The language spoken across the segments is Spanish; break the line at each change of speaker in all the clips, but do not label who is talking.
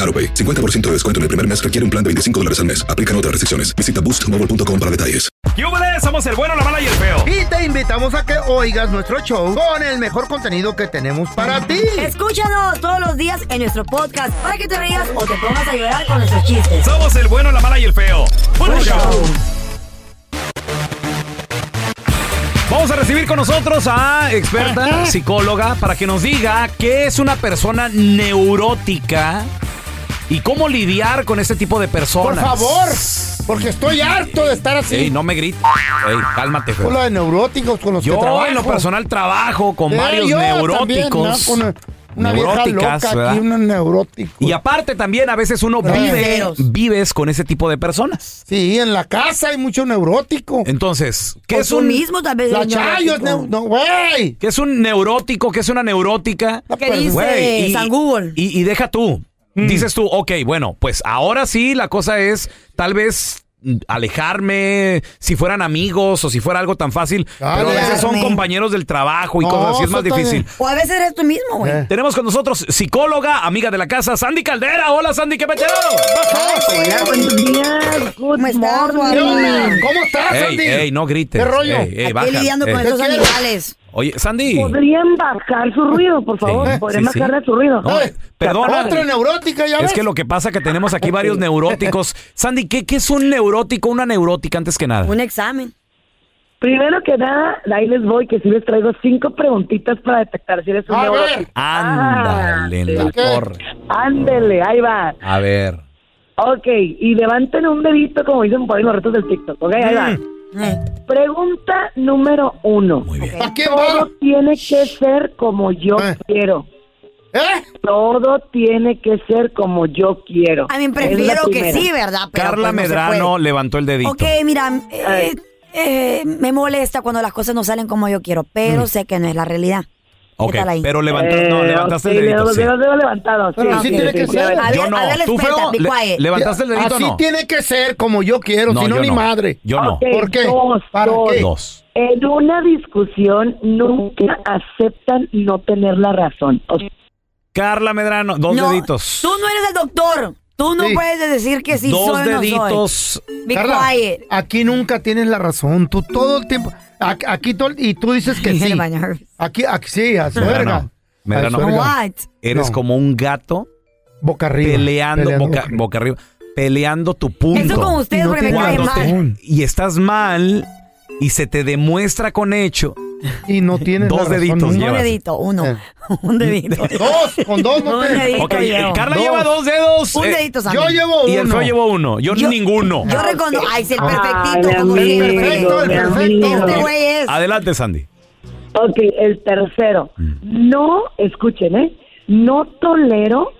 AroPay. 50% de descuento en el primer mes requiere un plan de 25 dólares al mes. Aplican otras restricciones. Visita boostmobile.com para detalles.
¡Yúbales! Somos el bueno, la mala y el feo.
Y te invitamos a que oigas nuestro show con el mejor contenido que tenemos para ti.
Escúchanos todos los días en nuestro podcast para que te rías o te pongas a llorar con nuestros chistes.
Somos el bueno, la mala y el feo. ¡Puro show! Vamos a recibir con nosotros a experta psicóloga para que nos diga qué es una persona neurótica y cómo lidiar con este tipo de
Por
personas.
favor, porque estoy harto de estar así.
Ey, no me grites. Ey, cálmate, feo.
Con lo de neuróticos con los que
Yo
trabajo.
en lo personal trabajo con
Eh,
varios
yo
neuróticos.
también, ¿no? Con una, una vieja
Neuróticas,
loca
¿verdad?
aquí, una neurótica.
Y aparte también a veces uno vive,
Rateros.
vives con ese tipo de personas.
Sí, en la casa hay mucho neurótico.
Entonces, ¿qué
Por
es
tú
un
mismo también.
La
eres
Chayo es neu-
neurótico.
no, güey.
qué es un neurótico? ¿Qué es una neurótica?
La
¿Qué
per-
dice?
Pues, Güey,
San Google.
Y, y deja tú.
Mm.
Dices tú, ok, bueno, pues ahora sí la cosa es tal vez mm, alejarme, si fueran amigos o si fuera algo tan fácil, pero a
Dale.
veces son
Alejarme.
compañeros del trabajo y
No,
cosas así, es
eso
más
está
difícil.
bien.
O a veces eres tú mismo, güey.
Eh.
Tenemos con nosotros psicóloga, amiga de la casa, Sandy Caldera. Hola, Sandy, ¿qué peteo?
Buenos días, good
¿Cómo estás,
morning.
Ah, ¿Qué onda?
Juan?
¿Cómo estás,
Ey,
Andy?
ey, no grites.
¿Qué rollo?
Ey, ey,
Aquí
baja, eh.
lidiando
ey.
con estos
¿Qué quieres?
animales.
Oye, Sandy.
Pues,
¿Podrían bajar su ruido, por favor?
Sí,
¿Podrían
sí, sí.
bajarle su ruido?
No,
Ay,
perdona.
Eh, Otra neurótica, ya
Es
ves.
que lo que pasa que tenemos aquí varios neuróticos. Sandy, ¿qué, qué es un neurótico, una neurótica antes que nada?
Un examen.
Primero que nada, ahí les voy, que sí les traigo cinco preguntitas para detectar si eres un
A ver.
neurótico.
Ándale,
Ah,
en la
¿Qué?
torre.
Ándele, ahí va.
A ver.
Ok, y levanten un dedito, como dicen por ahí los retos del TikTok. Ok, ahí va.
Eh,
Pregunta número uno.
Mm. Muy bien. Ah.
¿A quién va?
Todo tiene que ser como yo
Eh.
quiero.
¿Eh?
Todo tiene que ser como yo quiero.
A mí
Es la
prefiero que
primera.
sí, ¿verdad? Pero,
Carla
pues, no se
Medrano
puede.
levantó el dedito.
Ok, mira, eh, eh, me molesta cuando las cosas no salen como yo quiero, pero sé que no es la realidad.
Mm. Ok,
¿Qué tal ahí? Ah,
pero levanta- no,
Eh,
levantaste
ok,
el dedito.
Los
sí.
dedos, dedos levantados.
Pero sí tiene que ser.
claro.
A ver,
Yo
a
no.
ver, la
¿Tú,
experta,
feo?
be
le-
quiet.
¿Levantaste el dedito o
Así
no?
tiene que ser como yo quiero, si no,
yo
ni madre.
Yo no.
Ok,
¿Por qué?
dos,
¿Para
dos.
qué?
Dos.
En una discusión nunca aceptan no tener la razón. O sea,
Carla Medrano, dos
No,
deditos.
Tú no eres el doctor. Tú no
Sí.
puedes decir que sí
dos
soy o no soy.
deditos.
Be
Carla,
quiet.
aquí nunca tienes la razón. Tú todo el tiempo. Aquí, aquí todo, y tú dices que sí.
Se baña.
Aquí, aquí sí, a su
Medrano,
verga.
Medrano.
A su verga.
What?
Eres
No.
como un gato
Boca arriba.
peleando, boca, boca arriba, peleando tu punto.
Eso con ustedes
No
porque me
te
cae
Cuando
guardo,
mal.
te-
te- y estás mal y se te demuestra con hecho.
Y no tienes
Dos
la razón
deditos
nunca.
Un
llevas.
dedito, uno.
Eh.
Un dedito.
Dos, con dos no
Un
te-
dedito.
Ok,
llevo.
Carla
Dos.
lleva dos dedos.
Un
eh,
dedito, Sammy.
Yo llevo uno.
Y el feo llevó uno. Yo,
Yo-
ninguno.
Yo reconozco. Ay, sí, el
Ay,
perfectito. como
mi
sí, el
amigo,
perfecto.
el
mi
perfecto.
amigo.
Este güey es.
Adelante, Sandy.
Ok, el tercero. No, escuchen, ¿eh? No tolero,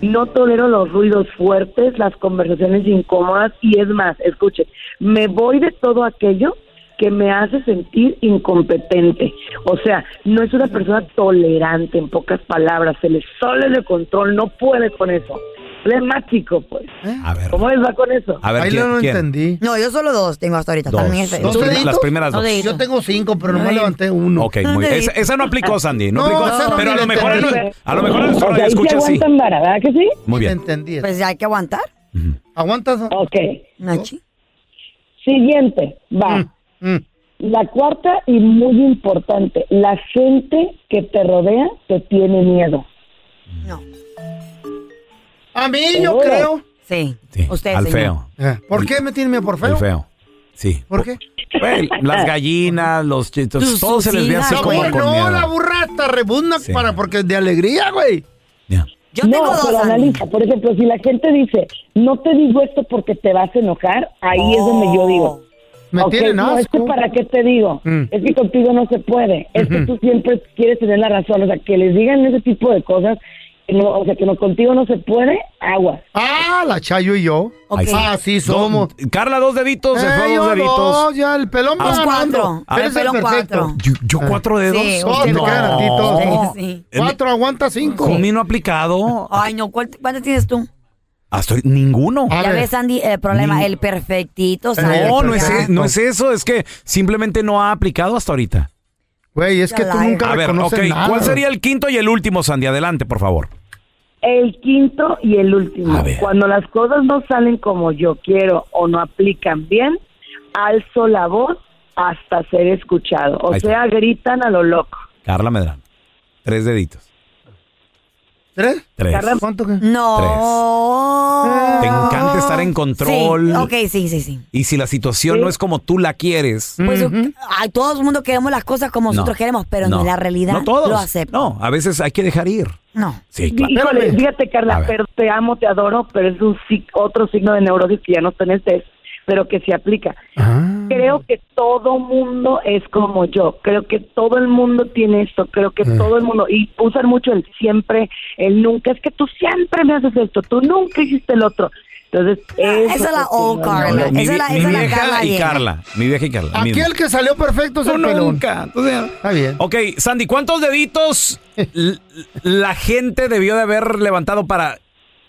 no tolero los ruidos fuertes, las conversaciones incómodas y es más, escuchen, me voy de todo aquello que me hace sentir incompetente. O sea, no es una persona tolerante, en pocas palabras, se le sale de control, no puede con eso. flemático, pues.
A ver.
¿Cómo les va con eso?
A ver,
Ahí
¿quién?
no lo
quién?
entendí.
No, yo solo dos tengo hasta ahorita.
Dos.
También estoy-
Dos
¿Tú
prim-
deditos?
las primeras
No
dos.
deditos.
Yo tengo cinco, pero nomás levanté uno.
Ok, muy bien. Esa, esa no aplicó, Sandy. No,
No,
aplicó.
esa no
pero a
me la
lo mejor a,
entendí.
a lo mejor a nuestro
O sea, ahí se
escucha sí.
aguantan vara, ¿verdad que sí?
Muy
Te
bien.
entendí.
Pues ya hay que aguantar,
¿Aguantas?
Ok.
Nachi.
Siguiente, va.
Mm, mm.
La cuarta y muy importante, la gente que te rodea te tiene miedo.
No.
A mí yo
Seguro.
creo.
Sí.
Sí,
Usted,
al
señor.
feo.
Eh, ¿Por qué me tiene miedo por
Al
feo?
feo. Sí.
¿Por qué?
Güey, las gallinas, los chitos,
Sus-
todo se
sus
les ve así
hijas,
como
Hombre,
güey.
con
no,
miedo.
la burra hasta rebuzna
Sí.
para, porque de alegría, güey.
Ya.
Yo
no,
tengo dos.
pero
Andy.
analiza, por ejemplo, si la gente dice, no te digo esto porque te vas a enojar, ahí es donde yo digo.
Me
"Ok,
tienen
no, es que
asco.
para qué te digo,
Mm.
es que contigo no se puede, es que tú siempre quieres tener la razón, o sea, que les digan ese tipo de cosas, que no, o sea, que no, contigo no se puede, aguas.
Ah, la Chayo y yo.
Ok.
Ahí está.
Así
Dos-
somos.
Carla, dos deditos, se fue
Eh,
dos
yo
deditos.
dos, ya el pelón va
Dos
ganando.
cuatro. Ah,
Eres
el pelón
perfecto.
cuatro.
Yo, yo cuatro dedos.
Sí,
Dos, Oh,
usted
te quedan a ti todos.
no. Sí, sí.
Cuatro aguanta cinco.
Con mí no ha aplicado.
Oh, Ay, no, ¿cuál- ¿cuántas tienes tú?
Hasta hoy- ninguno.
A
ya
ver.
ves, Andy, el problema, el perfectito. ¿sabes?
No, no es,
perfecto.
e- no es eso, es que simplemente no ha aplicado hasta ahorita.
Güey, es que tú
Liar.
nunca
A ver,
reconoces
ok,
nada.
¿cuál sería el quinto y el último, Sandy? Adelante, por favor.
El quinto y el último.
A ver.
Cuando las cosas no salen como yo quiero o no aplican bien, alzo la voz hasta ser escuchado. O
Ahí está.
sea, gritan a lo loco.
Carla Medrano. Tres deditos.
¿Tres?
Tres.
Carla-
¿Cuánto que?
No.
Te encanta estar en control.
Sí, ok, sí, sí, sí.
Y si la situación no es como tú la quieres.
Pues ay, todo el mundo queremos las cosas como nosotros
no.
queremos, pero no. en la realidad
No todos.
lo acepto.
No, a veces hay que dejar ir.
No.
Sí, claro.
Híjole,
Espérame.
fíjate,
A
Carla,
ver.
pero te amo, te adoro, pero es un sig- otro signo de neurosis que ya no tenés, pero que se aplica.
Ah.
Mm.
Creo que todo mundo es como yo. Creo que todo el mundo tiene esto. Creo que
Mm.
todo el mundo. Y usan mucho el siempre, el nunca. Es que tú siempre me haces esto. Tú nunca hiciste el otro. Entonces, eso
Ah, esa es la
sí,
old
no, no,
Carla.
no.
Mi, vie-
Esa es la-
mi
esa es la
vieja
Carla
y
vieja.
Carla. Mi vieja y Carla. la
Aquí
misma.
el que salió perfecto es
Tú
el pelón.
nunca. Oh, Entonces,
Está bien.
Ok, Sandy, ¿cuántos deditos l- la gente debió de haber levantado para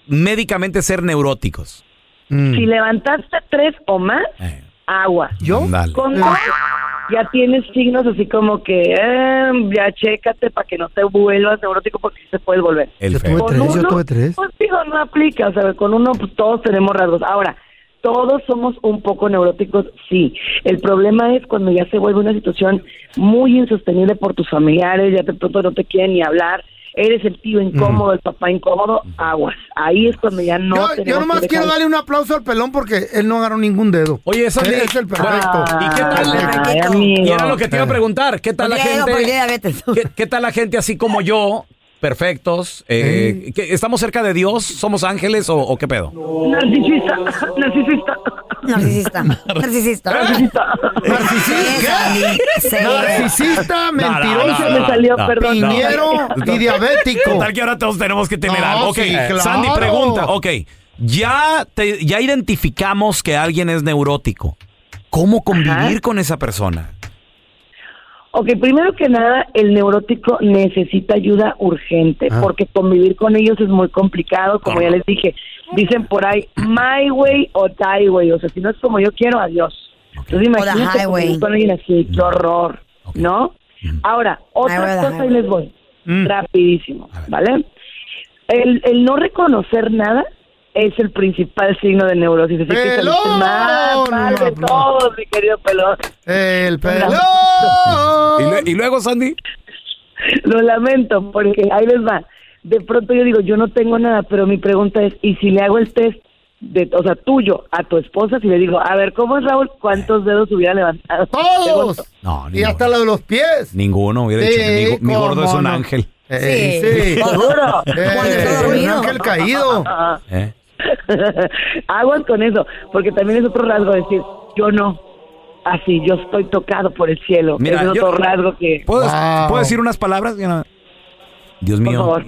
médicamente ser neuróticos?
Mm.
Si levantaste tres o más,
Eh,
agua.
¿Yo?
ándale.
Con
Ah.
dos, ya tienes signos así como que eh, ya chécate para que no te vuelvas neurótico porque sí te puedes volver.
El
Yo
feo.
tuve-
Con
tres, yo
uno,
tuve tres.
Pues digo, no aplica, o sea, con uno pues, todos tenemos rasgos. Ahora, todos somos un poco neuróticos, sí. El problema es cuando ya se vuelve una situación muy insostenible por tus familiares, ya de pronto no te quieren ni hablar, eres el tío incómodo, el papá incómodo, aguas. Ahí es cuando ya no
Yo- yo,
tenemos que
nomás quiero
dejar-
darle un aplauso al pelón porque él no agarró ningún dedo.
Oye, Sandy.
Él es el perfecto.
Ah.
¿Y qué tal?
Ay,
Perfecto.
amigo.
Y era lo que te iba a preguntar. ¿Qué tal la
Porque ya
gente?
digo, porque ya vete.
¿Qué, qué tal la gente así como yo? Perfectos. eh, ¿qué- ¿Estamos cerca de Dios? ¿Somos ángeles o, o qué pedo?
Narcisista, narcisista,
Narcisista. Narcisista.
narcisista.
Narcisista.
Sí, Andy, sí.
Narcisista, mentiroso,
no, no, me salió, perdón. no.
piñero y diabético.
Total que ahora todos tenemos que tener
No,
algo. Ok,
sí, claro.
Sandy, pregunta. Ok, ya, te- ya identificamos que alguien es neurótico. ¿Cómo convivir
Ajá.
con esa persona?
Ok, primero que nada, el neurótico necesita ayuda urgente
Ah.
porque convivir con ellos es muy complicado, como ya les dije. Dicen por ahí, my way o die way, o sea, si no es como yo quiero, adiós. Entonces
O the
imagínate
highway.
convivir con alguien así, qué horror, ¿no?
Mm.
Ahora,
Highway o
otra
the
cosa y
highway.
les voy, rapidísimo, ¿vale? El, el no reconocer nada es el principal signo de neurosis. Así que
¡Pelón!
saliste mal, mal de
No, no.
todos, mi querido pelón.
El pelón.
Y, lue- y luego, Sandy.
Lo lamento, porque ahí les va. De pronto yo digo, yo no tengo nada, pero mi pregunta es, ¿y si le hago el test, de, o sea, tuyo, a tu esposa, si le digo, a ver, ¿cómo es Raúl? ¿Cuántos dedos hubiera levantado?
Todos.
No,
y hasta la de los pies.
Ninguno hubiera
Sí,
dicho que mi, go- mi gordo es
cómo
un
no.
ángel.
Eh,
Sí.
sí.
Seguro.
Eh,
Cuando está
un
dormido.
ángel caído.
¿eh?
Aguas con eso, porque también es otro rasgo decir, yo no. Así, yo estoy tocado por el cielo.
Mira,
es
yo-
otro rasgo que...
¿Puedo,
Wow.
puedo decir unas palabras? Ya no. Dios
Por
mío.
favor.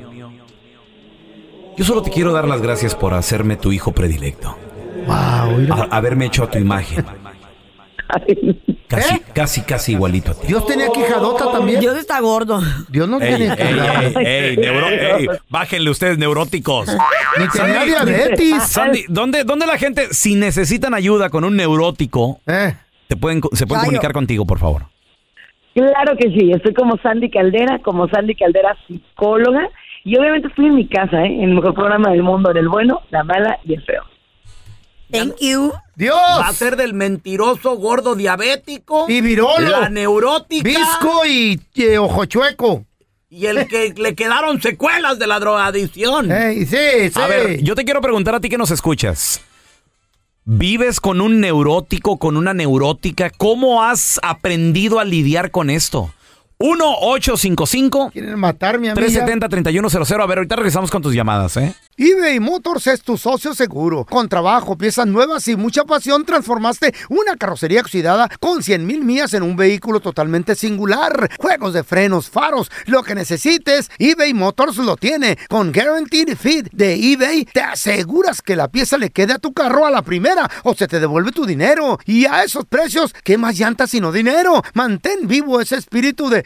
Yo solo te quiero dar las gracias por hacerme tu hijo predilecto.
Wow,
a- haberme hecho a tu imagen.
Ay,
Casi, casi, casi igualito a ti.
Dios tenía quijadota también.
Dios está gordo.
Dios no
Ey,
tiene
ey, ey, ey, neuro- ey, bájenle ustedes, neuróticos.
ni tenía diabetes.
Sandy, ¿dónde, ¿dónde la gente, si necesitan ayuda con un neurótico,
Eh,
te pueden, co- se pueden
Chayo.
comunicar contigo, por favor?
Claro que sí, estoy como Sandy Caldera, como Sandy Caldera psicóloga y obviamente estoy en mi casa, ¿eh? en el mejor programa del mundo, en el bueno, la mala y el feo.
Thank you.
Dios
ser del mentiroso gordo diabético,
y virolo,
la neurótica
visco y, eh, ojo chueco.
y el que le quedaron secuelas de la drogadicción.
Ey, sí, Eh, sí.
A ver, yo te quiero preguntar a ti que nos escuchas. ¿Vives con un neurótico, con una neurótica? ¿Cómo has aprendido a lidiar con esto? 1-855.
Quieren matarme a mí. ya.
370-3100. A ver, ahorita regresamos con tus llamadas, ¿eh?
eBay Motors es tu socio seguro. Con trabajo, piezas nuevas y mucha pasión, transformaste una carrocería oxidada con 100 mil millas en un vehículo totalmente singular. Juegos de frenos, faros, lo que necesites, eBay Motors lo tiene. Con Guaranteed Fit de eBay, te aseguras que la pieza le quede a tu carro a la primera o se te devuelve tu dinero. Y a esos precios, ¿qué más llantas sino dinero? Mantén vivo ese espíritu de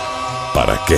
¿para qué?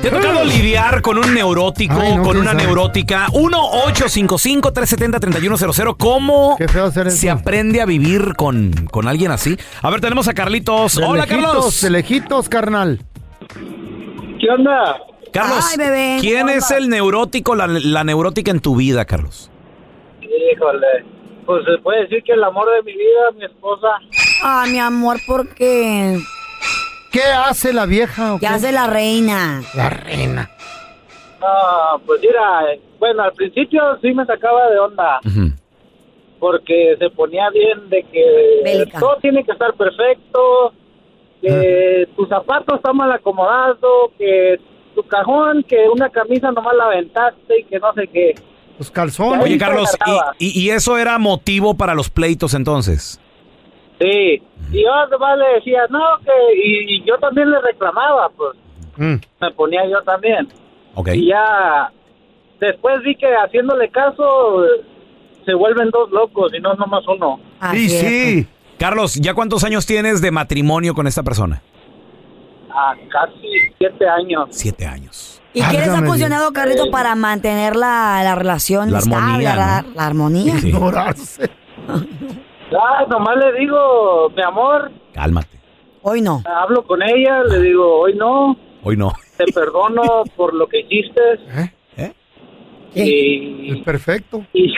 ¿Te ha tocado lidiar con un neurótico,
Ay, no,
con
quién
una
sabe.
neurótica? 1-855-370-3100. ¿Cómo
Qué feo hacer
se
eso.
aprende a vivir con, con alguien así? A ver, tenemos a Carlitos.
De
Hola,
lejitos,
Carlos.
De lejitos, carnal.
¿Qué onda?
Carlos,
Ay, bebé.
¿quién es el neurótico, la, la neurótica en tu vida, Carlos?
Híjole, pues se puede decir que el amor de mi vida, mi esposa.
Ah, mi amor, porque
¿Qué hace la vieja? o
ya
qué?
hace la reina.
La reina.
Ah, pues mira, bueno, al principio sí me sacaba de onda, porque se ponía bien de que
Bélica.
todo tiene que estar perfecto, que tus zapatos están mal acomodados, que tu cajón, que una camisa nomás la aventaste y que no sé qué.
Los calzones.
Oye,
Ahí
Carlos,
se trataba.
y, y- y eso era motivo para los pleitos entonces?
Sí, y yo además le decía, no, que, y, y yo también le reclamaba, pues,
Mm.
me ponía yo también.
Ok.
Y ya después vi que haciéndole caso eh, se vuelven dos locos y no nomás uno.
Así
Sí,
es.
sí.
Carlos, ¿ya cuántos años tienes de matrimonio con esta persona?
A casi siete años.
Siete años.
¿Y qué les ha
Válgame
funcionado, Carlito, para mantener la, la relación
La
estable,
armonía,
la, la armonía?
Sí.
Ignorarse.
Ah, nomás le digo, mi amor,
Cálmate.
Hoy no.
hablo con ella, le digo, hoy no,
Hoy no.
te perdono por lo que hiciste
¿Eh? Es
y...
perfecto.
y-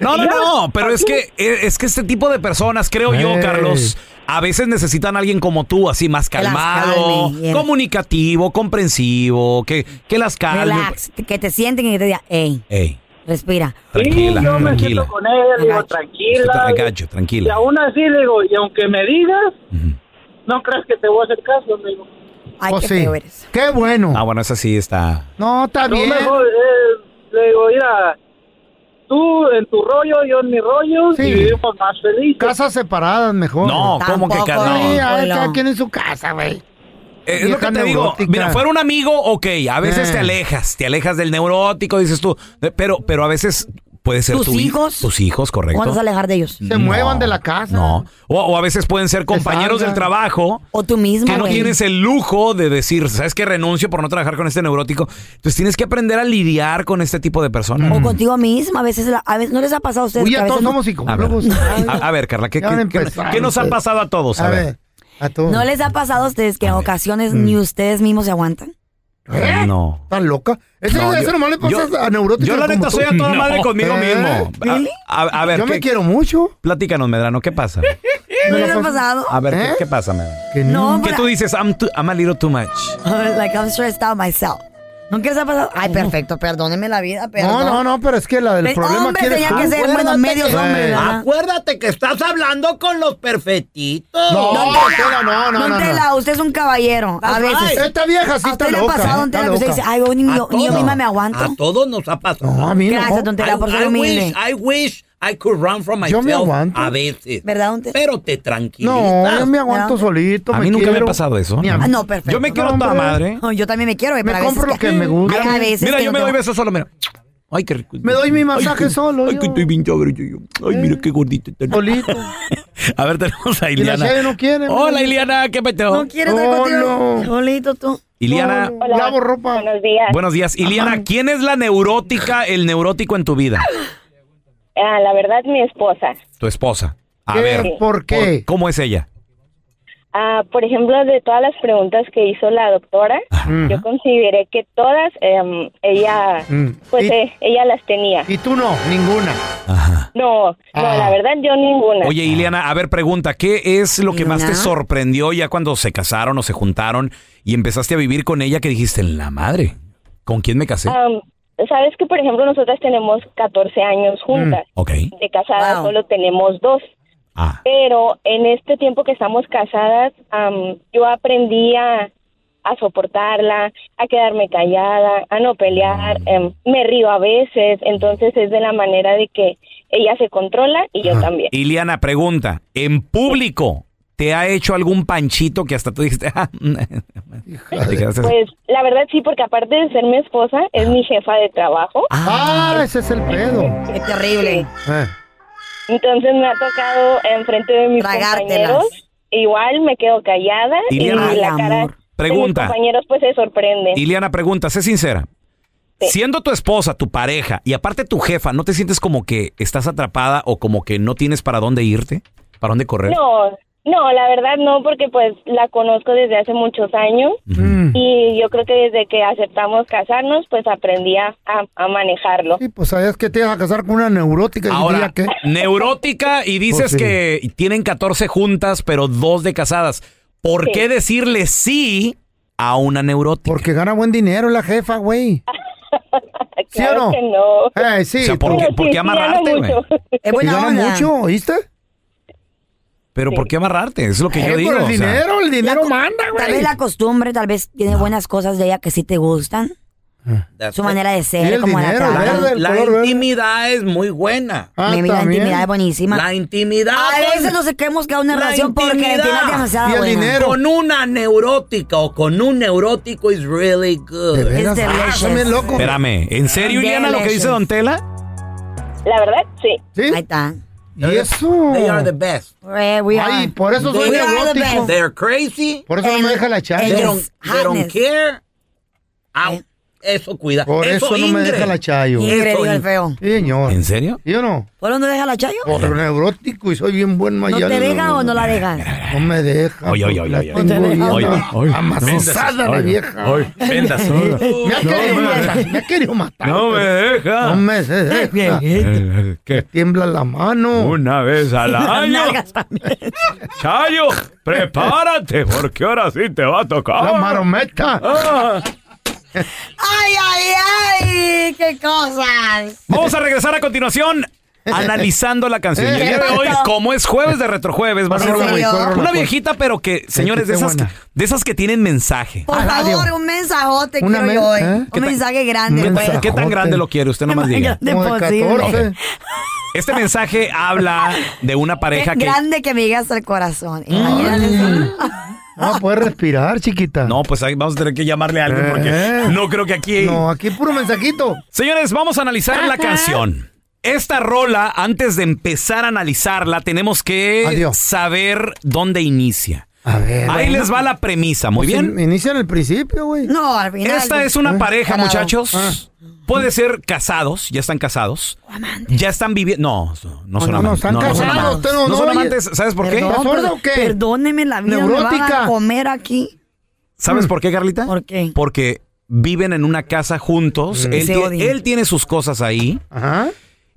No, no, no, pero es que es que este tipo de personas, creo yo,
Ey.
Carlos, a veces necesitan a alguien como tú, así más
Que las
calmado,
calme, bien.
comunicativo, comprensivo, que, que las
Ah,
calme.
Relax, que te sienten y que te digan, hey,
Ey,
respira.
tranquila,
y yo me
tranquila.
siento con ella, le digo,
Agacho.
tranquila.
Agacho,
Y
tranquila.
aún así le digo, y aunque me digas,
Ujú.
no crees que te voy a hacer caso, le digo.
Ay,
Oh,
qué
sí.
feo eres.
Qué bueno.
Ah, bueno, esa sí está.
No, está
No,
bien.
mejor, eh, le digo, mira, tú en tu rollo, yo en mi rollo,
Sí.
y vivimos más felices.
Casas separadas mejor.
No, ¿cómo que
Tampoco,
Carlos?
Sí, a ver,
Hola.
cada quien en su casa, güey.
Eh, Es lo que
Vieja
te digo.
neurótica.
Mira, fuera un amigo, ok. A veces
Eh.
te alejas, te alejas del neurótico, dices tú. eh, Pero, pero a veces Puede ser
¿Tus
tu hi-
hijos?
Tus hijos, correcto.
¿Cómo te vas a alejar de ellos?
Se muevan de la casa.
No. O, o a veces pueden ser compañeros
salgan.
del trabajo
O tú mismo,
que no
güey.
tienes el lujo de decir, ¿sabes qué? Renuncio por no trabajar con este neurótico. Entonces tienes que aprender a lidiar con este tipo de personas.
O contigo misma. A veces, la- a veces no les ha pasado a ustedes.
Uy,
que a
ya todos
veces no-
somos
A ver,
psicólogos.
a, a ver, Carla, ¿qué,
Ya
qué-
van a
qué-
empezar
qué nos ha
ustedes.
pasado a todos? A,
A
ver.
ver, a todos.
¿No les ha pasado a ustedes que en ocasiones
Mm.
ni ustedes mismos se aguantan?
¿Eh?
No.
¿Estás loca? Ese,
No,
ese
yo-
nomás le pasa
yo-
a neuróticos
Yo la
como
neta
tú.
soy a toda
No.
madre conmigo
¿Eh?
mismo.
¿Sí?
A, a- a ver,
Yo
¿qué-
me quiero mucho.
platícanos, Medrano, ¿qué pasa?
¿No
Me
les
la
ha
pas-
pasado?
A ver, ¿qué-
¿Eh?
¿qué, pasa, Medrano?
Que
No,
Que
para-
tú dices, I'm, too- I'm a little too much.
like I'm stressed out myself. ¿Nunca les ha pasado? Ay, perfecto, perdónenme la vida,
No,
perdón.
no, no, pero es que la del
Pe-
problema
hombres
quieres
tenían
tú.
que ser, bueno,
Acuérdate
medios
que-
hombres, ¿verdad?
Acuérdate que estás hablando con los perfectitos.
No, don Tela, no, no, no,
Don
no.
Tela, usted es un caballero. A
That's
veces.
right.
Esta vieja sí está
¿A usted le ha
loca. ¿eh?
pasado, don
Está
Tela, que usted
loca.
dice, ay, yo ni
A
yo, ni yo
todos.
misma me aguanto?
A todos nos ha pasado.
No, a mí
Gracias,
no.
don Tela, por
I,
ser
I wish,
humilde.
I wish I could run from myself
Yo me aguanto.
a veces.
¿Verdad, don Tela?
Pero te
No,
tranquilizas.
yo me aguanto
No.
solito.
A
me
mí nunca me
quiero.
ha pasado eso. ¿eh?
Ni a
Ah,
mí.
no, perfecto.
Yo me quiero a
No,
toda
hombre.
madre.
No, yo también me quiero, güey,
¿eh? Me
pero a veces
compro lo que me gusta.
Hay a veces
Mira,
que
yo
no
me
te-
doy besos solo, mira. Ay, qué rico.
Me doy mi masaje
que-
solo,
Ay,
yo. Eh.
que estoy bien sabroso yo. Ay, mira qué gordito. está.
Solito.
A ver, tenemos a
Y la
Iliana.
Cheve no quiere.
Hola,
mira.
Iliana, ¿qué peteo?
No quiero estar
Oh,
contigo.
no.
Solito tú.
Iliana,
Lavo ropa.
Buenos días.
buenos días. Iliana, ¿quién es la neurótica, el neurótico en tu vida?
Ah, la verdad, mi esposa.
Tu esposa. A
¿Qué?
ver,
¿Por qué?
¿cómo es ella?
Ah, por ejemplo, de todas las preguntas que hizo la doctora, yo consideré que todas em, ella,
Mm.
pues
Y-
eh, ella las tenía.
Y tú no, ninguna.
Ajá.
No, no,
Ah.
la verdad yo ninguna.
Oye, Iliana, a ver, pregunta, ¿qué es lo que más te
Iliana.
sorprendió ya cuando se casaron o se juntaron y empezaste a vivir con ella que dijiste, la madre, ¿con quién me casé?
Am, Sabes que, por ejemplo, nosotras tenemos 14 años juntas.
Ok.
Mm.
De casadas
Wow.
solo tenemos dos.
Ah.
Pero en este tiempo que estamos casadas, am, yo aprendí a, a soportarla, a quedarme callada, a no pelear, em, me río a veces, entonces es de la manera de que ella se controla y yo también.
Iliana, pregunta, ¿en público te ha hecho algún panchito que hasta tú dijiste, ah, te quedaste así?
Pues la verdad sí, porque aparte de ser mi esposa, es mi jefa de trabajo,
Ah, ese es el pedo.
Qué terrible.
Eh.
entonces me ha tocado enfrente de mis
Tragártelas.
compañeros. Igual me quedo callada y,
Ileana,
la
Ay,
cara
amor.
Pregunta.
de mis compañeros pues se sorprende.
Iliana, pregunta, sé sincera.
Sí.
Siendo tu esposa, tu pareja y aparte tu jefa, ¿no te sientes como que estás atrapada o como que no tienes para dónde irte? ¿Para dónde correr?
No, no, la verdad no, porque pues la conozco desde hace muchos años
Mm.
y yo creo que desde que aceptamos casarnos, pues aprendí a, a- a manejarlo.
Sí, pues sabías que te ibas a casar con una neurótica. y
Ahora,
diría que...
neurótica y
Pues
dices
sí.
que tienen 14 juntas, pero dos de casadas. ¿Por
Sí.
qué decirle sí a una neurótica?
Porque gana buen dinero la jefa, güey. ¿Sí o
Claro
no?
que no.
Eh, sí.
O sea, ¿por
tú-
qué,
Pero
por
sí,
qué
sí,
amarrarte,
gano
güey?
mucho.
Es
Y
buena
gana
onda.
mucho, ¿oíste?
Pero ¿por qué amarrarte? Es lo que
Eh,
yo
por
digo.
el
o sea,
dinero, el dinero
co-
manda,
Tal vez
güey.
la costumbre, tal vez tiene buenas cosas de ella que sí te gustan. Su manera de
Eh, Y
ser,
el
como la
dinero,
La,
verde,
tratan.
el
la
color verde.
intimidad es muy buena.
Ah,
Mi vida
también.
intimidad es buenísima.
La intimidad.
A
pues,
con-
veces nos hemos quedado en una
La
relación porque la
intimidad.
intimidad es demasiado
Y el
buena.
dinero.
con una neurótica o con un neurótico is really good.
De veras,
Es
ah,
delicious.
son bien locos.
Espérame, ¿en serio, Iliana, lo que dice Don Tela?
La verdad, sí.
¿Sí?
Ahí está.
Y eso.
They are the best.
Eh, we are-
Ay, por eso soy
We are the
neurótico.
best.
They're crazy.
Oh. Por eso no me deja la
They
Ellos-
chayo.
don't, they don't
hotness.
care. Ah,
Eh.
Eso cuida.
Por eso, no me
Ingrid.
deja la chayo.
Eso,
Sí,
Ingrid, digo el
Ingrid.
feo.
señor.
¿En serio?
¿Yo no?
¿Por dónde deja la chayo?
Por neurótico y soy bien buen
¿No
mayal.
te deja o no la deja?
No me deja.
Oye,
porque
oye, oye,
la
oye.
tengo
No te deja.
bien
Oye,
oye,
Amasada la vieja.
vendas.
Me ha querido matar. Me ha querido matar.
No me deja.
No me deja.
Eh, ¿Qué? Oh,
Tiembla la mano.
Una vez al año.
Nalgas también.
Chayo, prepárate, porque ahora sí te va a
La
tocar.
marometa.
Ah.
¡Ay, ay, ay! ¡Qué cosas!
Vamos a regresar a continuación analizando la canción. Y el día de hoy, como es jueves de retrojueves, va a ser
¿En serio?
una, una viejita, pero que, señores, de esas,
buena.
de esas que tienen mensaje.
Por
Ah, radio.
favor, un mensajote
Una
quiero
men-
yo hoy.
¿Eh?
Un mensaje grande.
Un
pues.
mensaje.
¿Qué tan
Jote.
grande lo quiere? Usted nomás diga.
Grande
Como de
posible.
14.
Este mensaje habla de una
Qué
pareja que...
grande que me llegas al corazón. Imagínate eso.
No, puedes respirar, chiquita.
No, pues ahí vamos a tener que llamarle a alguien porque
Eh.
no creo que aquí...
No, aquí puro mensajito.
Señores, vamos a analizar la canción. esta rola, antes de empezar a analizarla, tenemos que saber dónde inicia.
A ver.
Ahí
bueno.
les va la premisa, muy
Pues
bien.
in- Inicia en el principio, güey.
No, al final.
Esta es una
Ah,
pareja,
parado.
muchachos.
Ah.
Puede ser casados, ya están casados. Ya están viviendo. No, no, no son
no,
amantes.
no, están
son
casados,
amantes.
usted no-
No
no,
son
oye.
amantes. ¿Sabes por qué?
Perdón,
sorda
pero-
o qué?
Perdóneme la vida, me van
Neurótica.
a comer aquí.
¿Sabes por qué, Carlita? ¿Por qué? Porque viven en una casa juntos.
Mm.
Él,
Se
tie-
odian.
él tiene sus cosas ahí.
Ajá.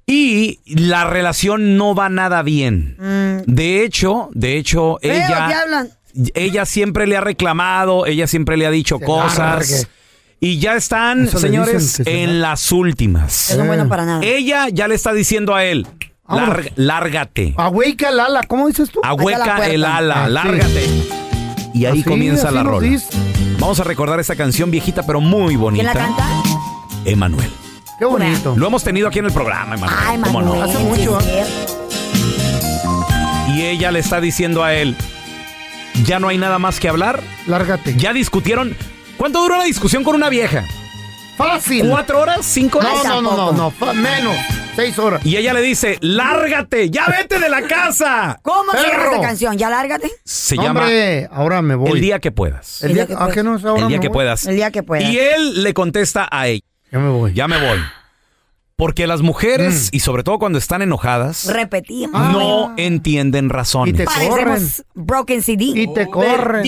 Y la relación no va nada bien.
Mm.
De hecho, de hecho,
Feo, ¿qué
ella,
hablan?
ella siempre le ha reclamado, ella siempre le ha dicho
Se
cosas.
largue.
Y ya están,
Eso le
señores,
dicen que se
en las últimas.
Eso no es bueno para nada.
Ella ya le está diciendo a él,
Vámonos.
"Larg- lárgate,
Ahueca el ala, ¿cómo dices tú?
ahueca el ala, lárgate. Y ahí
Así,
comienza
así
la
nos
rola.
dice.
Vamos a recordar esta canción viejita pero muy bonita.
¿Quién la canta?
Emanuel.
Qué bonito.
Lo hemos tenido aquí en el programa, Emanuel.
Ay,
¿Cómo
Manuel.
no?
sí, sí,
Y ella le está diciendo a él, ya no hay nada más que hablar.
Lárgate.
Ya discutieron. ¿Cuánto duró la discusión con una vieja?
Fácil.
¿Cuatro horas? ¿Cinco horas?
No, no, no, no, no, fa- menos. Seis horas.
Y ella le dice, lárgate, ya vete de la casa.
¿Cómo se llama
Perro.
esta canción? Ya lárgate.
Se
Hombre,
llama...
ahora me voy.
El día que puedas.
El día que, ah, que no es ahora
El día
me
que
voy.
puedas.
El día que puedas.
Y él le contesta a ella.
Ya me voy.
Ya me voy. Porque las
Mm.
mujeres, y sobre todo cuando están enojadas,
Repetimos.
no entienden razones.
Parecemos Broken CD. Y
te
corren, y
Eh,
te corren.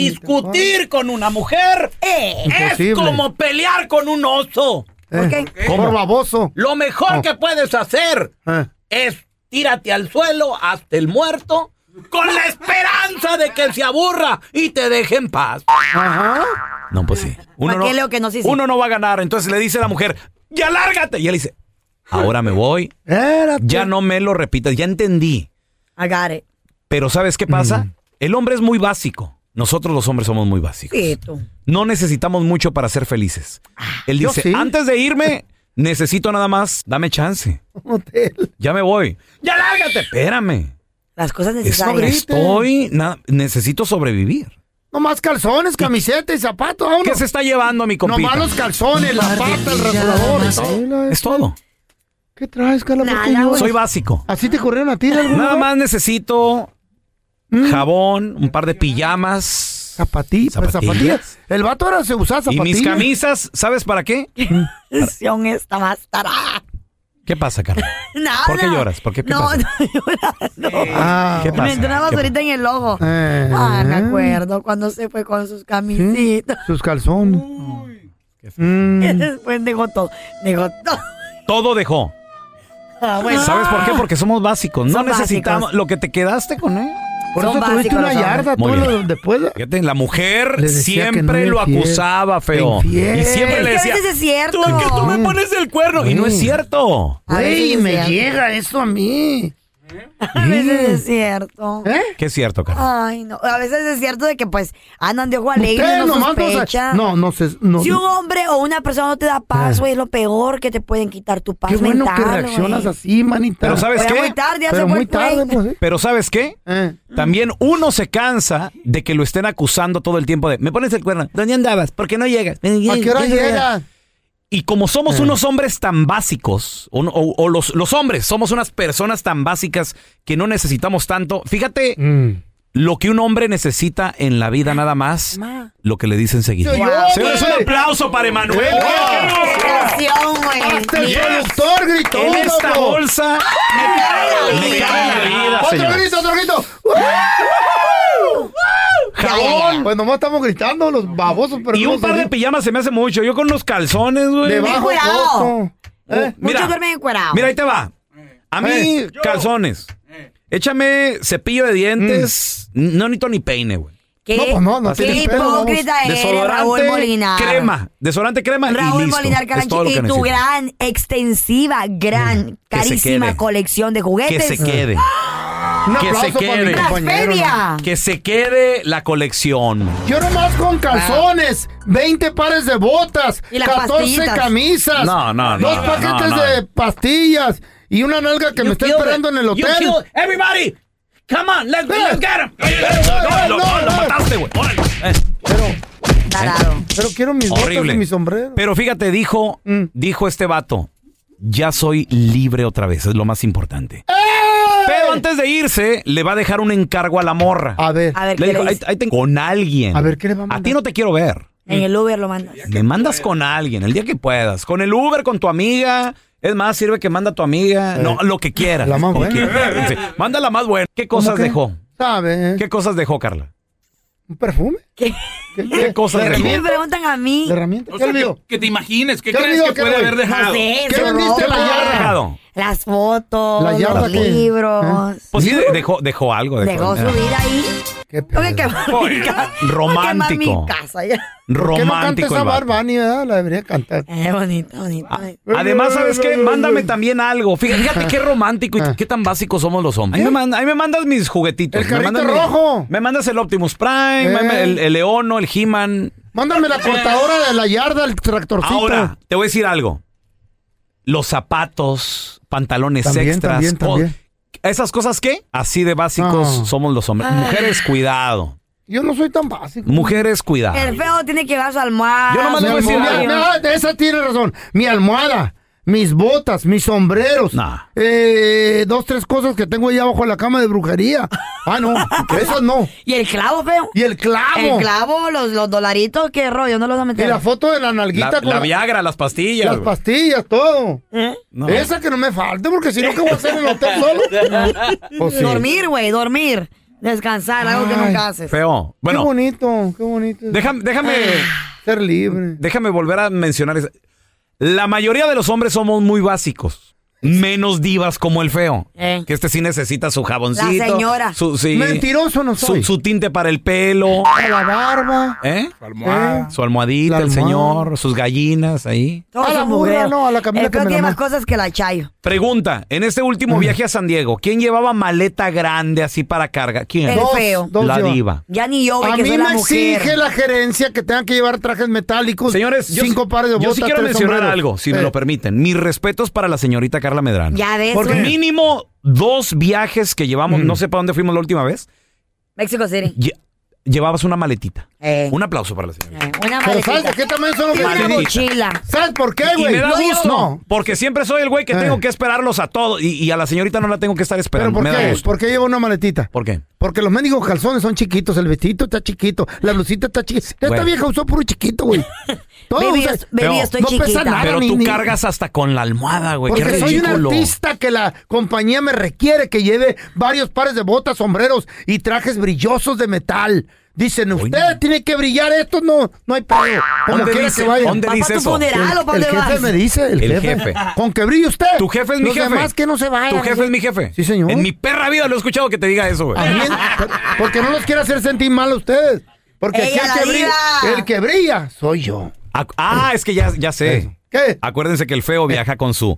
Discutir con una mujer
Imposible.
es como pelear con un oso.
¿Por
qué?
¿Cómo?
Por baboso.
Lo mejor que puedes hacer
Eh.
es tírate al suelo hasta el muerto con la esperanza de que se aburra y te deje en paz.
Ajá.
No, pues sí. Uno
¿Para
no,
qué leo que no sí, sí?
uno no va a ganar. Entonces le dice a la mujer, ya lárgate. Y él dice, ahora me voy. Ya no me lo repitas, ya entendí.
I got it.
Pero ¿sabes qué pasa? El hombre es muy básico. Nosotros los hombres somos muy básicos.
Sí, tú.
No necesitamos mucho para ser felices. Él
Ah, yo
dice,
sí.
antes de irme, necesito nada más, dame chance. Ya me voy. Ya lárgate. Espérame.
Las cosas
Es-
necesarias.
estoy, na- necesito sobrevivir.
Nomás calzones, camiseta y zapatos. vámonos.
¿Qué se está llevando mi compita?
Nomás los calzones, la pata, el regulador. y todo.
Es todo.
¿Qué traes,
Nada,
Calabozo?
Soy básico.
¿Así te corrieron a ti de algún
Nada
lugar?
más necesito
Mm.
jabón, un par de pijamas.
Zapatí- pues, zapatillas. El vato ahora se usaba
Y
zapatillas.
mis camisas, ¿sabes para qué?
canción está más tarada.
¿Qué pasa, Carla?
Nada.
¿Por qué lloras? ¿Por qué? ¿Qué
no,
pasa?
no lloras, no.
¿Qué pasa?
Me entró una
¿Qué
basurita en el ojo.
Ah, Eh.
Ah, me acuerdo cuando se fue con sus camisitas.
Sus calzones. Mm.
Y después dejó todo. Dejó todo.
Todo dejó.
Ah, bueno.
¿Sabes por qué? Porque somos básicos. No
Son
necesitamos
básicos.
lo que te quedaste con él.
Por
Son
eso tuviste
básicos
una
los hombres.
yarda
Muy
todo
bien.
lo- después. de-
Fíjate, la mujer
Le decía que no
siempre
era
lo
infiel.
acusaba, feo.
Infiel.
Y siempre
Es
le
Que a
decía,
veces es cierto.
"Tú, que tú me pones el cuerno. Y no es
Mm.
cierto.
A veces
Güey,
es
me
cierto.
llega eso a mí.
A veces es cierto.
¿Eh?
¿Qué es cierto, Carla?
Ay, no. A veces es cierto de que, pues, andan de ojo alegre,
Ustedes
no
nomás no
sospecha.
se- No, no sé. No, Ah.
Si un hombre o una persona no te da paz, güey, es lo peor que te pueden quitar tu paz
qué bueno
mental,
que reaccionas
güey.
así, manita.
Pero ¿sabes
Pero muy
qué?
tarde, ya se
Pero
fue
muy
el play.
tarde, pues. ¿eh?
Pero ¿sabes qué?
Eh.
También uno se cansa de que lo estén acusando todo el tiempo de, me pones el cuerno, ¿dónde andabas? ¿Por qué no llegas?
¿A qué hora llega?
Y como somos
Ah.
unos hombres tan básicos, o, o- o los, los hombres, somos unas personas tan básicas que no necesitamos tanto, fíjate
Mm.
lo que un hombre necesita en la vida nada más, lo que le dicen seguida.
Soy yo,
Señores,
güey.
un aplauso para Emanuel.
¡Qué emoción, güey!
Hasta el productor gritó.
En
loco.
esta
Ah,
bolsa me cabe la vida,
Otro
señores.
grito, otro grito.
Jabón.
Pues nomás estamos gritando los babosos, pero
Y
no
un par de
sé.
pijamas se me hace mucho. Yo con los calzones, güey.
de bajo
cuidado.
costo. ¿Eh?
Uh, Muchos duermen encuerados.
Mira, ahí te va. A mí,
Eh.
calzones. Échame cepillo de dientes.
Mm.
No necesito ni peine, güey.
¿Qué,
No, pues no, no
qué
tiene pelo, vamos.
hipócrita eres, Eh, Raúl Molinar.
crema. Desodorante, crema y
Raúl
listo.
Molinar
es todo
Caranchi
lo que
y tu
necesito.
gran, extensiva,
Mm,
gran,
que se
carísima
quede.
colección de
Que
juguetes. Mm.
se quede.
Un
Que
aplauso
se
para
quede.
mi compañero.
¡Blasfemia!
Que se quede la colección.
Yo nomás con calzones, 20 pares de botas,
Y las
14
pastillitas.
camisas,
No, no, no,
dos
no,
paquetes
no.
de pastillas y una nalga que me está esperando en el
You
hotel.
killed everybody. Come on, let's, let's get 'em.
Eh, No, lo,
no,
lo
no.
mataste, güey. Órale. Eh,
Tarado.
Pero quiero mis botas
horrible.
y mi sombrero. Mm.
Pero fíjate, dijo, dijo este vato. ya soy libre otra vez, es lo más importante. Pero antes de irse, le va a dejar un encargo a la morra.
A ver.
A ver,
le
¿qué le
dijo, ahí,
dice?
ahí te- con alguien. A ver,
¿qué le va
a ti no te quiero ver.
En el Uber lo mandas.
Me mandas con alguien, el día que puedas. Con el Uber, con tu amiga. Es más, sirve que manda a tu amiga. No, lo que quieras. Eh, La más
buena.
Manda la más buena. ¿Qué
¿Cómo
cosas
que?
dejó?
¿Sabe?
¿Qué cosas dejó, Carla?
¿Un perfume?
¿Qué?
¿Qué,
cosas
¿Por
dejó?
qué me preguntan a mí?
herramientas?
O sea, que, que te imagines, ¿qué,
¿Qué
crees
olvidó?
que
¿Qué
puede
olvidó?
haber dejado?
No sé,
¿Qué
su
vendiste
ropa,
la yarda?
Dejado.
Las fotos,
¿La yarda
los
qué? ¿Eh? pues,
libros.
Pues sí, dejó, dejó algo.
Dejó su vida ahí.
¿Qué
Tengo que quemar mi
Oiga,
casa. Tengo que
Pues, romántico.
quemar mi casa. ya.
¿Por qué no canta
Romántico.
esa
el vato.
Barbani, verdad? La debería cantar.
Eh, bonito, bonito.
Ah.
bonito.
Además, ¿sabes qué? Mándame también algo. Fíjate, fíjate qué romántico y qué tan básicos somos los hombres. Ah. ¿Eh? Ahí me, manda- ahí me mandas mis juguetitos.
El
me
carrito
mandas mi-
rojo.
me mandas el Optimus Prime,
Eh.
me- el, el Leono, el He-Man.
Mándame la cortadora de la yarda, el tractorcito.
Ahora, te voy a decir algo. Los zapatos, pantalones
También,
extras.
también,
co-
también. Ah.
¿Esas cosas qué? Así de básicos
No.
somos los hombres. Mujeres, cuidado.
Yo no soy tan básico.
Mujeres, cuidado.
El feo tiene que llevar su almohada.
Yo nomás
Mi
le voy a decir
almohada-
algo.
Ah, de esa tiene razón. Mi almohada, mis botas, mis sombreros.
Nah.
Eh, dos, tres cosas que tengo ahí abajo de la cama de brujería. Ah, no, esas no.
Y el clavo, feo.
Y el clavo.
El clavo, los, los dolaritos, qué rollo, no los va a
Y
meter.
la foto de la
La,
nalguita con
la
la-
Viagra, las pastillas.
las
güey.
pastillas, todo.
¿Eh?
No.
Esa que no me falte, porque si no, ¿qué voy a hacer en el hotel solo? Pues sí.
Dormir, güey, dormir. Descansar, algo que
Ay,
nunca haces.
Feo.
Qué
Bueno,
bonito, qué bonito. es
déjame, déjame,
Ah.
Ser libre.
déjame volver a mencionar. eso. La mayoría de los hombres somos muy básicos. Menos divas como el feo.
Eh.
Que este sí necesita su jaboncito.
La señora.
Su, sí,
Mentiroso no
su,
soy.
su tinte para el pelo.
la barba.
¿Eh?
almohada.
Su almohadita,
La
el
almohada.
señor, sus gallinas ahí.
Todo
A
es
la
un
burra,
mugrero.
no, a la Camila
El
que
feo
me la
tiene más
manda.
cosas que la chayo.
Pregunta, en este
Mm.
último viaje a San Diego, ¿quién llevaba maleta grande así para carga? ¿Quién?
El feo.
dos
la
lleva.
diva.
Ya ni yo, güey,
A
que
mí
soy la
me
mujer.
exige la gerencia que tengan que llevar trajes metálicos,
Señores, yo
cinco
sí-
pares de botas,
yo sí quiero
tres
mencionar
sombreros.
algo, si me
Eh,
lo permiten. Mis respetos para la señorita Carla Medrano.
Ya ves,
Porque
güey.
mínimo dos viajes que
Mm.
llevamos, no sé para dónde fuimos la última vez,
México City.
lle- llevabas una maletita.
Eh,
Un aplauso para la señorita.
eh, una
Pero sabes
maletita.
de qué también son los
Y una
Maletita.
mochila.
¿Sabes por qué,
Y
güey?
me da
No,
gusto,
no.
porque siempre soy el güey que
Eh.
tengo que esperarlos a todos y, y a la señorita no la tengo que estar
¿Pero
esperando.
por
me da
qué?
gusto.
¿Por qué lleva una maletita?
¿Por qué?
Porque los mendigos calzones son chiquitos, el vestidito está chiquito, la blusita está chiquita. Esta
Bueno.
vieja usó puro chiquito, güey. Todo
Baby,
usa-
es- baby,
No,
estoy
no pesa
chiquita.
nada,
Pero
ni-
tú
ni-
cargas hasta con la almohada, güey. Qué
Porque soy un
ridículo.
artista que la compañía me requiere que lleve varios pares de botas, sombreros y trajes brillosos de metal. Dicen, usted tiene que brillar esto, no, no hay pedo. Como
¿Dónde
quiera
dice?
que vaya.
¿Dónde
¿Vas
dice
pa' tu
eso?
funeral o pa'
el
dónde
jefe
vas?
me dice, el,
El
jefe.
jefe.
Con que brille usted.
Tu jefe es mi
Los
jefe.
demás que no se vayan.
Tu jefe es mi jefe.
Sí, señor.
En mi perra vida lo he escuchado que te diga eso, güey.
También, Pues, porque no los quiere hacer sentir mal a ustedes. Porque
¡Ella,
aquí el, que
la
brilla,
diva!
el que brilla soy yo.
Ac- Ah, es que ya, ya sé.
¿Qué?
Acuérdense que el feo viaja con su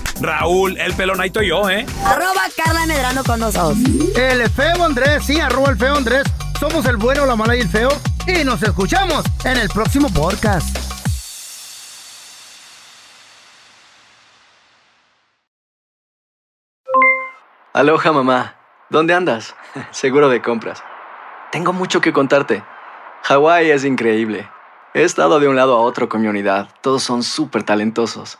Raúl el Pelón, ahí estoy yo, ¿eh?
Arroba Carla Medrano con nosotros.
El feo Andrés, sí, arroba el feo Andrés. Somos el bueno, la mala y el feo. Y nos escuchamos en el próximo podcast.
Aloha mamá, ¿dónde andas? Seguro de compras. Tengo mucho que contarte. Hawái es increíble. He estado de un lado a otro con mi unidad. Todos son súper talentosos.